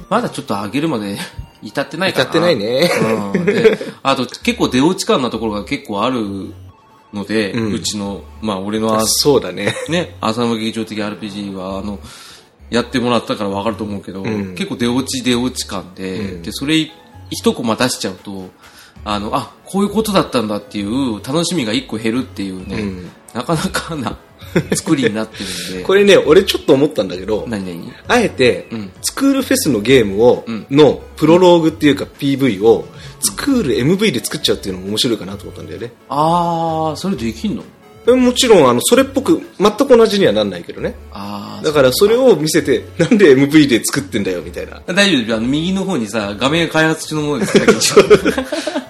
[SPEAKER 2] まだちょっと上げるまで 至ってないか
[SPEAKER 3] 至
[SPEAKER 2] な。
[SPEAKER 3] ってない。ね。
[SPEAKER 2] うん。で、あと結構出落ち感なところが結構あるので、うちの、まあ俺のあ
[SPEAKER 3] そうだね。
[SPEAKER 2] ね、浅野劇場的 RPG は、あの、やってもらったからわかると思うけど、結構出落ち出落ち感で、で、それ一コマ出しちゃうと、あの、あ、こういうことだったんだっていう楽しみが一個減るっていうね、なかなか な作りになってるんで。
[SPEAKER 3] これね、俺ちょっと思ったんだけど、
[SPEAKER 2] 何々
[SPEAKER 3] あえて、
[SPEAKER 2] ん
[SPEAKER 3] スクールフェスのゲームを、のプロローグっていうか PV を、スクール MV で作っちゃうっていうのも面白いかなと思ったんだよね。
[SPEAKER 2] あー、それできんの
[SPEAKER 3] えもちろんあのそれっぽく全く同じにはなんないけどね
[SPEAKER 2] あ
[SPEAKER 3] だからそれを見せてなんで MV で作ってんだよみた いな
[SPEAKER 2] あ。大丈夫あの、右の方にさ、画面開発中のものです けど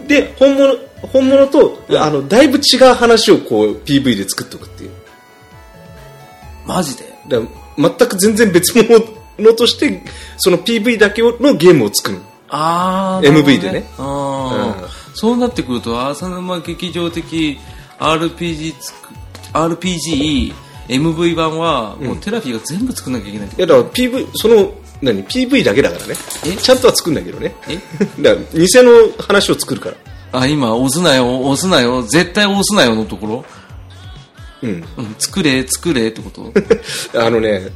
[SPEAKER 3] で本物本物と、あのだいぶ違う話をこう PV で作っとくっていう
[SPEAKER 2] マジで
[SPEAKER 3] だから全く全然別物としてその PV だけのゲームを作る
[SPEAKER 2] ああ、
[SPEAKER 3] MV でね
[SPEAKER 2] あー、
[SPEAKER 3] うん
[SPEAKER 2] そうなってくると、浅沼劇場的 RPG つく、RPG、MV 版は、もうテラフィーが全部作んなきゃいけないって
[SPEAKER 3] いやだから PV その何 PV だけだからね
[SPEAKER 2] え
[SPEAKER 3] ちゃんとは作んだけどね
[SPEAKER 2] え
[SPEAKER 3] だから偽の話を作るから
[SPEAKER 2] あ、今、押すなよ、押すなよ、絶対押すなよのところ
[SPEAKER 3] うん
[SPEAKER 2] うん、作れ、作れってこと
[SPEAKER 3] あのね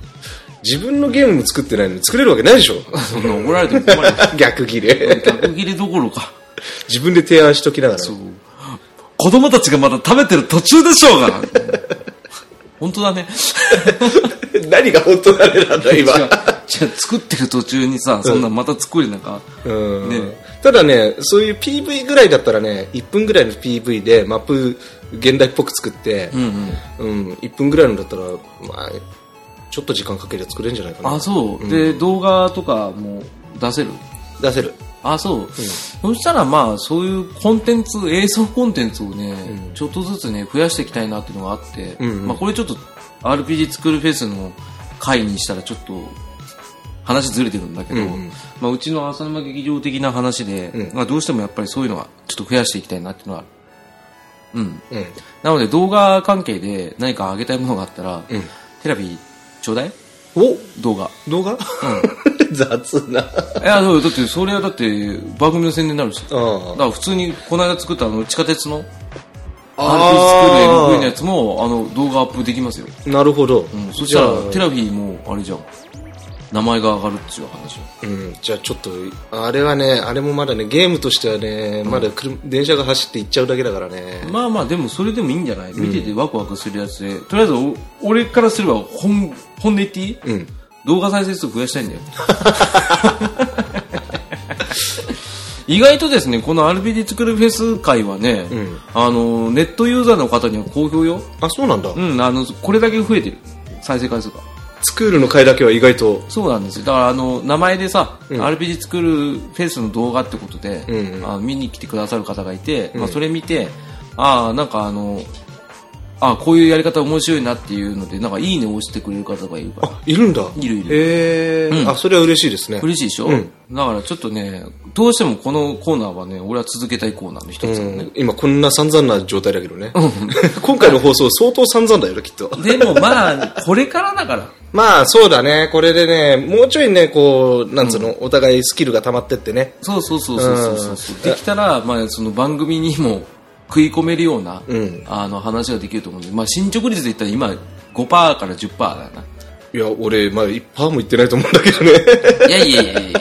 [SPEAKER 3] 自分のゲームも作ってないのに作れるわけない でしょ
[SPEAKER 2] そんな怒られても困 る。
[SPEAKER 3] 逆ギレ
[SPEAKER 2] 逆切れどころか。
[SPEAKER 3] 自分で提案しときながら
[SPEAKER 2] 子供たちがまだ食べてる途中でしょうが 本当だね。
[SPEAKER 3] 何が本当あれなん だ
[SPEAKER 2] 違う
[SPEAKER 3] 今
[SPEAKER 2] 違う作ってる途中にさ、そんなまた作れなんか、
[SPEAKER 3] うん
[SPEAKER 2] ね
[SPEAKER 3] ただねそういう PV ぐらいだったらね1分ぐらいの PV でマップ現代っぽく作って、
[SPEAKER 2] うんうん。
[SPEAKER 3] うん、1分ぐらいのだったら、まあ、ちょっと時間かけりゃ作れるんじゃないかな
[SPEAKER 2] あ、そう。で、動画とかも出せる
[SPEAKER 3] 出せる
[SPEAKER 2] あ、そう。そしたらまあ、そういうコンテンツ、映像コンテンツをね、ちょっとずつね、増やしていきたいなっていうのがあって、
[SPEAKER 3] んうん
[SPEAKER 2] まあこれちょっと RPG 作るフェスの回にしたらちょっと、話ずれてるんだけど、
[SPEAKER 3] うんうん
[SPEAKER 2] まあ、うちの浅沼劇場的な話で、
[SPEAKER 3] うん
[SPEAKER 2] まあ、どうしてもやっぱりそういうのはちょっと増やしていきたいなっていうのはある。うん。
[SPEAKER 3] うん
[SPEAKER 2] なので動画関係で何かあげたいものがあったら、
[SPEAKER 3] うん
[SPEAKER 2] テレビちょうだい
[SPEAKER 3] お
[SPEAKER 2] 動画。
[SPEAKER 3] 動画、雑な。
[SPEAKER 2] いや、そうだってそれはだって番組の宣伝になるし。だか
[SPEAKER 3] あ
[SPEAKER 2] ら普通にこの間作ったあの地下鉄の RP
[SPEAKER 3] あ
[SPEAKER 2] スクール MV のやつもあの動画アップできますよ。
[SPEAKER 3] なるほど。
[SPEAKER 2] うん、そしたらテ
[SPEAKER 3] じゃあ
[SPEAKER 2] ラフィーもあれじゃん。名前が上がるっていう話よ
[SPEAKER 3] うん、じゃあちょっと、あれはね、あれもまだね、ゲームとしてはね、まだ車電車が走って行っちゃうだけだからね。
[SPEAKER 2] まあまあでもそれでもいいんじゃない見ててワクワクするやつで。とりあえずお俺からすれば本、本音言っていい、
[SPEAKER 3] うん。
[SPEAKER 2] 動画再生数増やした いんだよ。意外とですね、この RPD 作るフェス会はね、
[SPEAKER 3] ん
[SPEAKER 2] あの、ネットユーザーの方には好評よ。
[SPEAKER 3] あ、そうなんだ。
[SPEAKER 2] うん、あの、これだけ増えてる。再生回数が。
[SPEAKER 3] スクールの回だけは意外と。
[SPEAKER 2] そうなんですよ。だから、あの、名前でさ、
[SPEAKER 3] ん
[SPEAKER 2] RPG 作るフェスの動画ってことで、
[SPEAKER 3] うんうん
[SPEAKER 2] あ見に来てくださる方がいて、まあ、それ見て、ああ、なんかあの、ああ、こういうやり方面白いなっていうので、なんかいいねを押してくれる方がいるから。
[SPEAKER 3] あ、いるんだ。
[SPEAKER 2] いるいる
[SPEAKER 3] えー
[SPEAKER 2] うん
[SPEAKER 3] あ、それは嬉しいですね。
[SPEAKER 2] 嬉しいでしょ、
[SPEAKER 3] うん
[SPEAKER 2] だからちょっとね、どうしてもこのコーナーはね、俺は続けたいコーナーの一つなんだ
[SPEAKER 3] う
[SPEAKER 2] よ
[SPEAKER 3] ん、今こんな散々な状態だけどね。 今回の放送相当散々だよね、きっ と。
[SPEAKER 2] でもまあ、これからだから。
[SPEAKER 3] まあそうだね、これでね、もうちょいね、こう、なんつうの、お互いスキルが溜まってってね。
[SPEAKER 2] そうそうそうそうそうそうそう。できたら、まあ、その番組にも食い込めるような、
[SPEAKER 3] うん
[SPEAKER 2] あの話ができると思うんで、まあ、進捗率で言ったら今、5%から10%だな。
[SPEAKER 3] いや、俺、まあ、一パーも言ってないと思うんだけ どね。
[SPEAKER 2] いやいやいやいや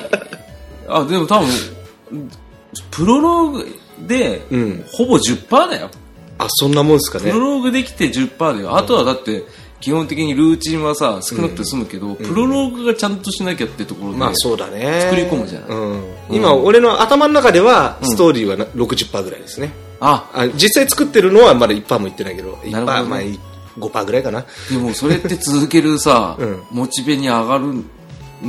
[SPEAKER 2] あ、でも多分、プロローグで、
[SPEAKER 3] ん
[SPEAKER 2] ほぼ10%だよ。
[SPEAKER 3] あ、そんなもんですか
[SPEAKER 2] プロ
[SPEAKER 3] ね。
[SPEAKER 2] ローグできて10%だよ。あとはだって、基本的にルーチンはさ、少なくて済むけど、プロローグがちゃんとしなきゃってところで、
[SPEAKER 3] まあ、そうだね。
[SPEAKER 2] 作り込むじゃない
[SPEAKER 3] うん。今、俺の頭の中では、ストーリーはな60%ぐらいですね。
[SPEAKER 2] あ、
[SPEAKER 3] あ実際作ってるのはまだ1%も言ってないけど、1%、
[SPEAKER 2] なるほどね
[SPEAKER 3] まあ、い5%ぐらいかな。
[SPEAKER 2] でもそれって続けるさ、
[SPEAKER 3] ん
[SPEAKER 2] モチベに上がる、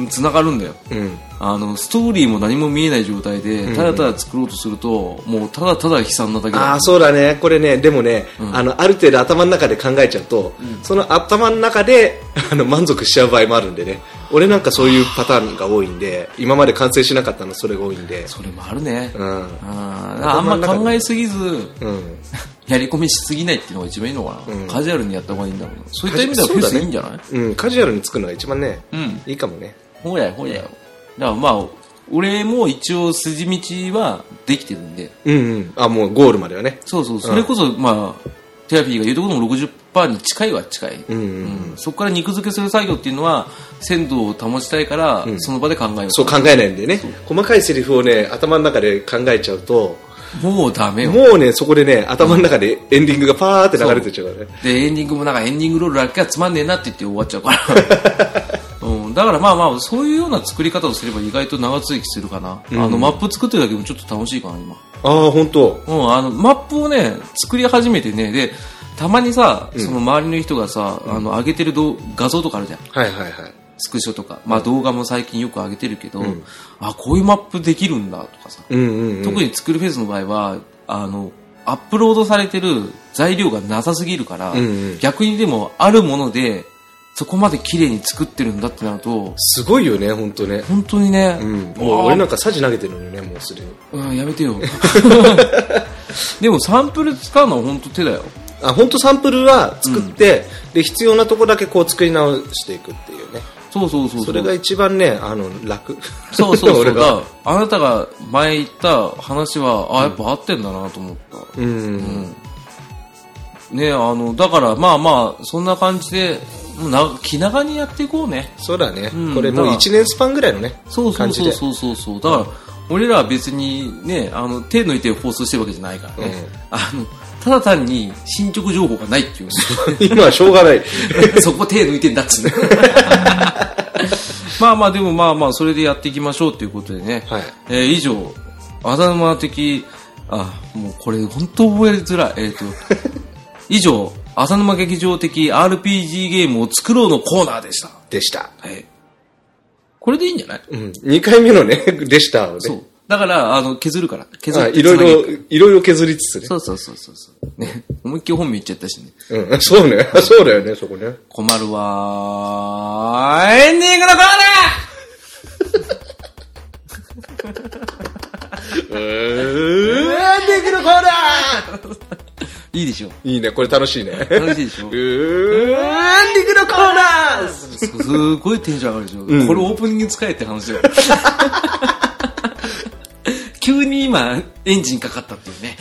[SPEAKER 2] つながるんだよ。
[SPEAKER 3] うん。
[SPEAKER 2] あの、ストーリーも何も見えない状態で、ただただ作ろうとすると、もうただただ悲惨なだけ
[SPEAKER 3] あ
[SPEAKER 2] だ
[SPEAKER 3] あ、。そうだね。これね、でもね、あの、ある程度頭の中で考えちゃうと、その頭の中で、 あの、満足しちゃう場合もあるんでね。俺なんかそういうパターンが多いんで、今まで完成しなかったのそれが多いんで。
[SPEAKER 2] それもあるね。
[SPEAKER 3] う
[SPEAKER 2] あ
[SPEAKER 3] ん。
[SPEAKER 2] ーあんま考えすぎず、
[SPEAKER 3] うん。
[SPEAKER 2] やり込みしすぎないっていうのが一番いいのかな。カジュアルにやった方がいいんだろうな。そういった意味では
[SPEAKER 3] そ
[SPEAKER 2] フ
[SPEAKER 3] う
[SPEAKER 2] ェ
[SPEAKER 3] だ
[SPEAKER 2] ス
[SPEAKER 3] ね
[SPEAKER 2] いいんじゃない
[SPEAKER 3] うん、カジュアルに作るのが一番ね、
[SPEAKER 2] うん
[SPEAKER 3] いいかもね。
[SPEAKER 2] ほうやほうやよ。だからまあ、俺も一応筋道はできてるんで、
[SPEAKER 3] うんうん。あ、もうゴールまではね。
[SPEAKER 2] そうそう、それこそ、まあ、テラピーが言うところの60%に近いは近い。
[SPEAKER 3] うんうんうん
[SPEAKER 2] うんそこから肉付けする作業っていうのは、鮮度を保ちたいから、その場で考えよう。
[SPEAKER 3] そう考えないんでね。細かいセリフをね、頭の中で考えちゃうと、
[SPEAKER 2] もうダメよ。
[SPEAKER 3] もうね、そこでね、頭の中でエンディングがパーって流れてっちゃうからね。
[SPEAKER 2] で、エンディングもなんかエンディングロールだけはつまんねえなって言って終わっちゃう から。うん、だからまあまあ、そういうような作り方をすれば意外と長続きするかな。あの、マップ作ってるだけでもちょっと楽しいかな、今。
[SPEAKER 3] ああ、本当。
[SPEAKER 2] うん、あの、マップをね、作り始めてね、で、たまにさ、その周りの人がさ、あの、上げてる動画像とかあるじゃん。
[SPEAKER 3] はいはいはい。
[SPEAKER 2] スクショとか。まあ動画も最近よく上げてるけど、あ、こういうマップできるんだとかさ。
[SPEAKER 3] うんうんうん。
[SPEAKER 2] 特に作るフェスの場合は、あの、アップロードされてる材料がなさすぎるから、
[SPEAKER 3] んうん
[SPEAKER 2] 逆にでもあるもので、そこまで綺麗に作ってるんだってなると、
[SPEAKER 3] すごいよね、本当ね。
[SPEAKER 2] 本当にね、
[SPEAKER 3] うん。
[SPEAKER 2] あ
[SPEAKER 3] もう
[SPEAKER 2] ー
[SPEAKER 3] 俺なんかサジ投げてるのよね、もうすでに。
[SPEAKER 2] うん、やめ てよ。でもサンプル使うのは本当手だよ。
[SPEAKER 3] あ、本当サンプルは作って、で、必要なとこだけこう作り直していくっていうね。
[SPEAKER 2] そうそうそうう。
[SPEAKER 3] それが一番ね、あの、楽。
[SPEAKER 2] そうそうそ
[SPEAKER 3] 俺
[SPEAKER 2] う。
[SPEAKER 3] が。
[SPEAKER 2] だあなたが前言った話は、あ、やっぱ合ってんだなと思った。
[SPEAKER 3] うん。
[SPEAKER 2] ねあの、だからまあまあ、そんな感じで、もうな気長にやっていこうね。
[SPEAKER 3] そうだね
[SPEAKER 2] うん。
[SPEAKER 3] これもう一年スパンぐらいのね
[SPEAKER 2] そう、そ
[SPEAKER 3] 感
[SPEAKER 2] う
[SPEAKER 3] じ
[SPEAKER 2] そう
[SPEAKER 3] で。
[SPEAKER 2] そうそうそう。だから、俺らは別にね、あの、手抜いて放送してるわけじゃないからね。
[SPEAKER 3] うん
[SPEAKER 2] あの、ただ単に進捗情報がないっていう、
[SPEAKER 3] 今はしょうがない。
[SPEAKER 2] そこ手抜いてんだっ つうねまあまあ、でもまあまあ、それでやっていきましょうということでね。
[SPEAKER 3] はい
[SPEAKER 2] えー以上、あざま的、あ、もうこれ本当覚えづらい。えっ、 と、以上、浅沼劇場的 RPG ゲームを作ろうのコーナーでした。
[SPEAKER 3] でした。
[SPEAKER 2] はい。これでいいんじゃない
[SPEAKER 3] うん。2回目のね、 でしたをね。
[SPEAKER 2] そう。だから、あの、削るから。削
[SPEAKER 3] あ
[SPEAKER 2] る。
[SPEAKER 3] いろいろ、いろいろ削りつつね。
[SPEAKER 2] そうそうそうそうそう。ね。思いっきり本名言っちゃったしね。
[SPEAKER 3] うん。そうね。 そうだよね、そこね。
[SPEAKER 2] 困るわー。エンディングのコーナ
[SPEAKER 3] エンディングのコーナー
[SPEAKER 2] ーいいでしょ。
[SPEAKER 3] いいね、これ楽しいね。
[SPEAKER 2] 楽しいでしょ
[SPEAKER 3] うーんエンディングのコーナー
[SPEAKER 2] すすごいテンション上がるでしょ。これオープニング使えって話だよ。 急に今、エンジンかかったっていうね。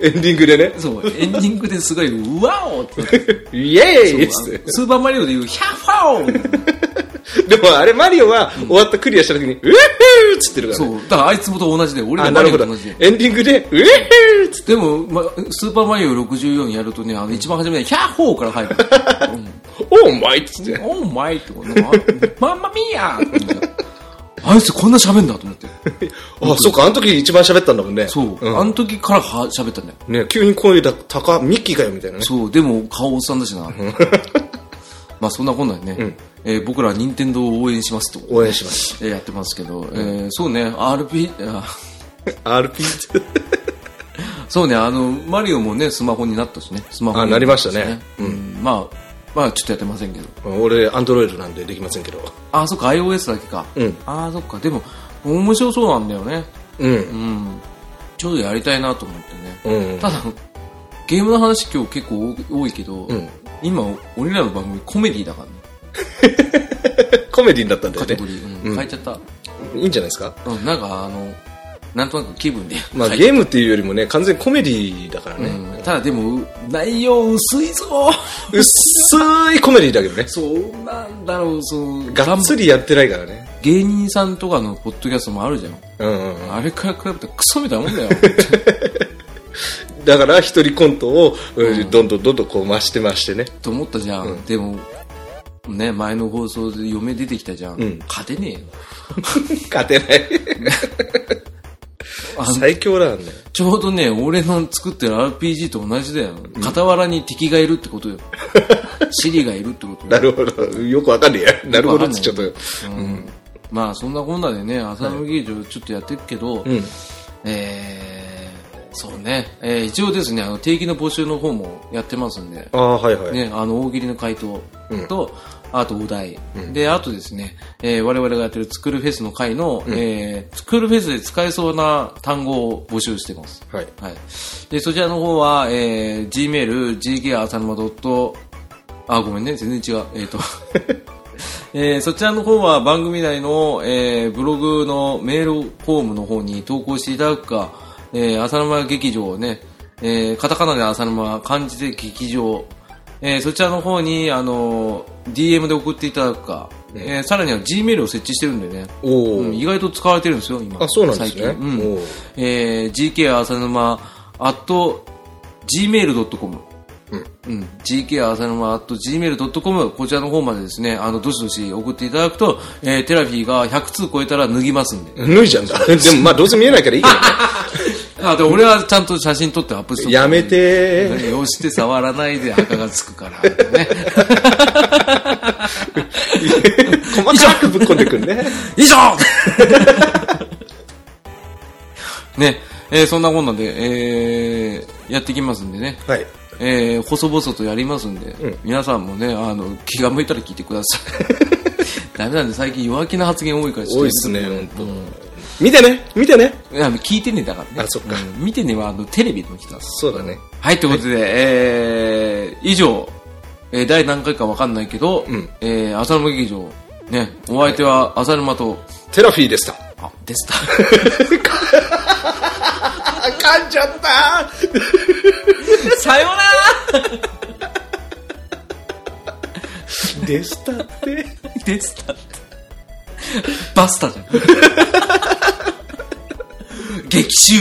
[SPEAKER 3] エンディングでね。
[SPEAKER 2] そう、エンディングですごい、うわおってなって。
[SPEAKER 3] イエーイっつっ
[SPEAKER 2] スーパーマリオで言う、ヒャッファー
[SPEAKER 3] て。でもあれ、マリオは終わったクリアした時に、ウェッフーっつってるから
[SPEAKER 2] そ
[SPEAKER 3] ね。
[SPEAKER 2] う、だからあいつもと同じで、俺
[SPEAKER 3] あ、
[SPEAKER 2] ら
[SPEAKER 3] な
[SPEAKER 2] マ
[SPEAKER 3] る
[SPEAKER 2] リ
[SPEAKER 3] ほ
[SPEAKER 2] オと
[SPEAKER 3] ど。エ
[SPEAKER 2] 同じで。
[SPEAKER 3] ンディングで、ウェッフーっつって。
[SPEAKER 2] でも、ま、スーパーマリオ64やるとね、あの、一番初めに、ヒャッホーから入る。
[SPEAKER 3] オーマイっつって。
[SPEAKER 2] オーマイってことなんかあマンマミーヤーって思ってあいつこんな喋んだと思って。
[SPEAKER 3] あ、そっか、あの時一番喋ったんだもんね。
[SPEAKER 2] そう。
[SPEAKER 3] ん
[SPEAKER 2] あの時からは喋ったんだよ。
[SPEAKER 3] ね、急に声だ、高、ミッキーかよみたいなね。
[SPEAKER 2] そう。でも顔おっさんだし な。まあそんなこんなんね、えー僕らは任天堂を応援しますと、
[SPEAKER 3] 応援します。
[SPEAKER 2] えーやってますけど、えーそうね、RP、あ
[SPEAKER 3] RP
[SPEAKER 2] そうね、あの、マリオもね、スマホになったしね。スマホに
[SPEAKER 3] あなりましたね
[SPEAKER 2] うん。まあ、まあちょっとやってませんけど。
[SPEAKER 3] 俺、アンドロイドなんでできませんけど。
[SPEAKER 2] あ、そっか、iOS だけか。
[SPEAKER 3] うん
[SPEAKER 2] あ、そっか。でも、面白そうなんだよね。
[SPEAKER 3] うん。
[SPEAKER 2] うん。ちょうどやりたいなと思ってね。
[SPEAKER 3] うん。
[SPEAKER 2] ただ、ゲームの話今日結構多多いけど、
[SPEAKER 3] ん
[SPEAKER 2] 今、俺らの番組コメディだからね。
[SPEAKER 3] コメディになったんだよ
[SPEAKER 2] カテ
[SPEAKER 3] ね
[SPEAKER 2] ゴ。リー。うん
[SPEAKER 3] うん
[SPEAKER 2] 変えちゃった。
[SPEAKER 3] いいんじゃないですか
[SPEAKER 2] うん、なんかあの、なんとなく気分で。
[SPEAKER 3] まあ、
[SPEAKER 2] はい
[SPEAKER 3] ゲームっていうよりもね、完全にコメディだからね。
[SPEAKER 2] うんただでも、う内容薄いぞ
[SPEAKER 3] 薄いコメディだけどね。
[SPEAKER 2] そう、なんだろう、そう、
[SPEAKER 3] がっつりやってないからね。
[SPEAKER 2] 芸人さんとかのポッドキャストもあるじゃん。
[SPEAKER 3] うんうんうん。
[SPEAKER 2] あれから比べたらクソみたいなもんだよ。
[SPEAKER 3] だから、一人コントを、うんどんどんどんどんこう増して増してね。
[SPEAKER 2] と思ったじゃん。でも、ね、前の放送で嫁出てきたじゃん。
[SPEAKER 3] うん
[SPEAKER 2] 勝てねえよ。
[SPEAKER 3] 勝てない。
[SPEAKER 2] あの
[SPEAKER 3] 最強なんだよ。
[SPEAKER 2] ちょうどね、俺の作ってる RPG と同じだよ。傍らに敵がいるってこと よ。シリがいるってことよ。
[SPEAKER 3] なるほど。よくわかんねえや。なるほどっつっちゃったよ。
[SPEAKER 2] うん。まあ、そんなこんなでね、浅野劇場ちょっとやってるけど、
[SPEAKER 3] ん
[SPEAKER 2] えー、そうね。えー、一応ですね、あの、定期の募集の方もやってますんで、
[SPEAKER 3] ああー、はいはい。
[SPEAKER 2] ね、あの、大喜利の回答と、あとお題、で、あとですね、えー我々がやってる作るフェスの回の、えー作るフェスで使えそうな単語を募集してます。
[SPEAKER 3] はい。
[SPEAKER 2] はい。で、そちらの方は、えー、gmail, gk あさぬま .com、あ、ごめんね、全然違う。えっ、と、 えーそちらの方は番組内の、えーブログのメールフォームの方に投稿していただくか、えー、浅沼劇場をね、えーカタカナで浅沼、漢字で劇場、えーそちらの方に、あのー DM で送っていただくか、えーさらには Gmail を設置してるんでね、
[SPEAKER 3] おお、
[SPEAKER 2] うん意外と使われてるんですよ、今。
[SPEAKER 3] あそうなんですね
[SPEAKER 2] 最近うん
[SPEAKER 3] おう
[SPEAKER 2] えー、GK 浅沼 at gmail.com。うん、GK 浅沼 at gmail.com こちらの方までですね、あの、どしどし送っていただくと、えー、テラフィーが100通超えたら脱ぎますんで。
[SPEAKER 3] 脱いじゃうんだ。でもまあどうせ見えないからいいけどね。
[SPEAKER 2] あ、で、俺はちゃんと写真撮ってアップしとく
[SPEAKER 3] やめてー
[SPEAKER 2] 押して触らない で赤がつくから、ね。
[SPEAKER 3] 細かくぶっ込んでくるね。
[SPEAKER 2] 以上 ね、えーそんなこんなんで、えーやってきますんでね。
[SPEAKER 3] はい。
[SPEAKER 2] えー細々とやりますんで、
[SPEAKER 3] ん
[SPEAKER 2] 皆さんもね、あの、気が向いたら聞いてくだ さい。ダメなんで最近弱気な発言多いからちょ
[SPEAKER 3] 多い
[SPEAKER 2] と
[SPEAKER 3] っすね、本当
[SPEAKER 2] うん。
[SPEAKER 3] 見てね見てね
[SPEAKER 2] いや聞いてねだからね。
[SPEAKER 3] あそっか
[SPEAKER 2] うん見てねは、あの、テレビの人なんです。
[SPEAKER 3] そうだね。
[SPEAKER 2] はい、ということで、えー以上、えー第何回かわかんないけど、
[SPEAKER 3] ん
[SPEAKER 2] えー浅沼劇場、ね、お相手は浅沼と、
[SPEAKER 3] テラフィーでした。
[SPEAKER 2] あ、でした。
[SPEAKER 3] あ、噛んじゃった
[SPEAKER 2] さようなら
[SPEAKER 3] でしたって。
[SPEAKER 2] でしたって。 バスタじゃん。激臭。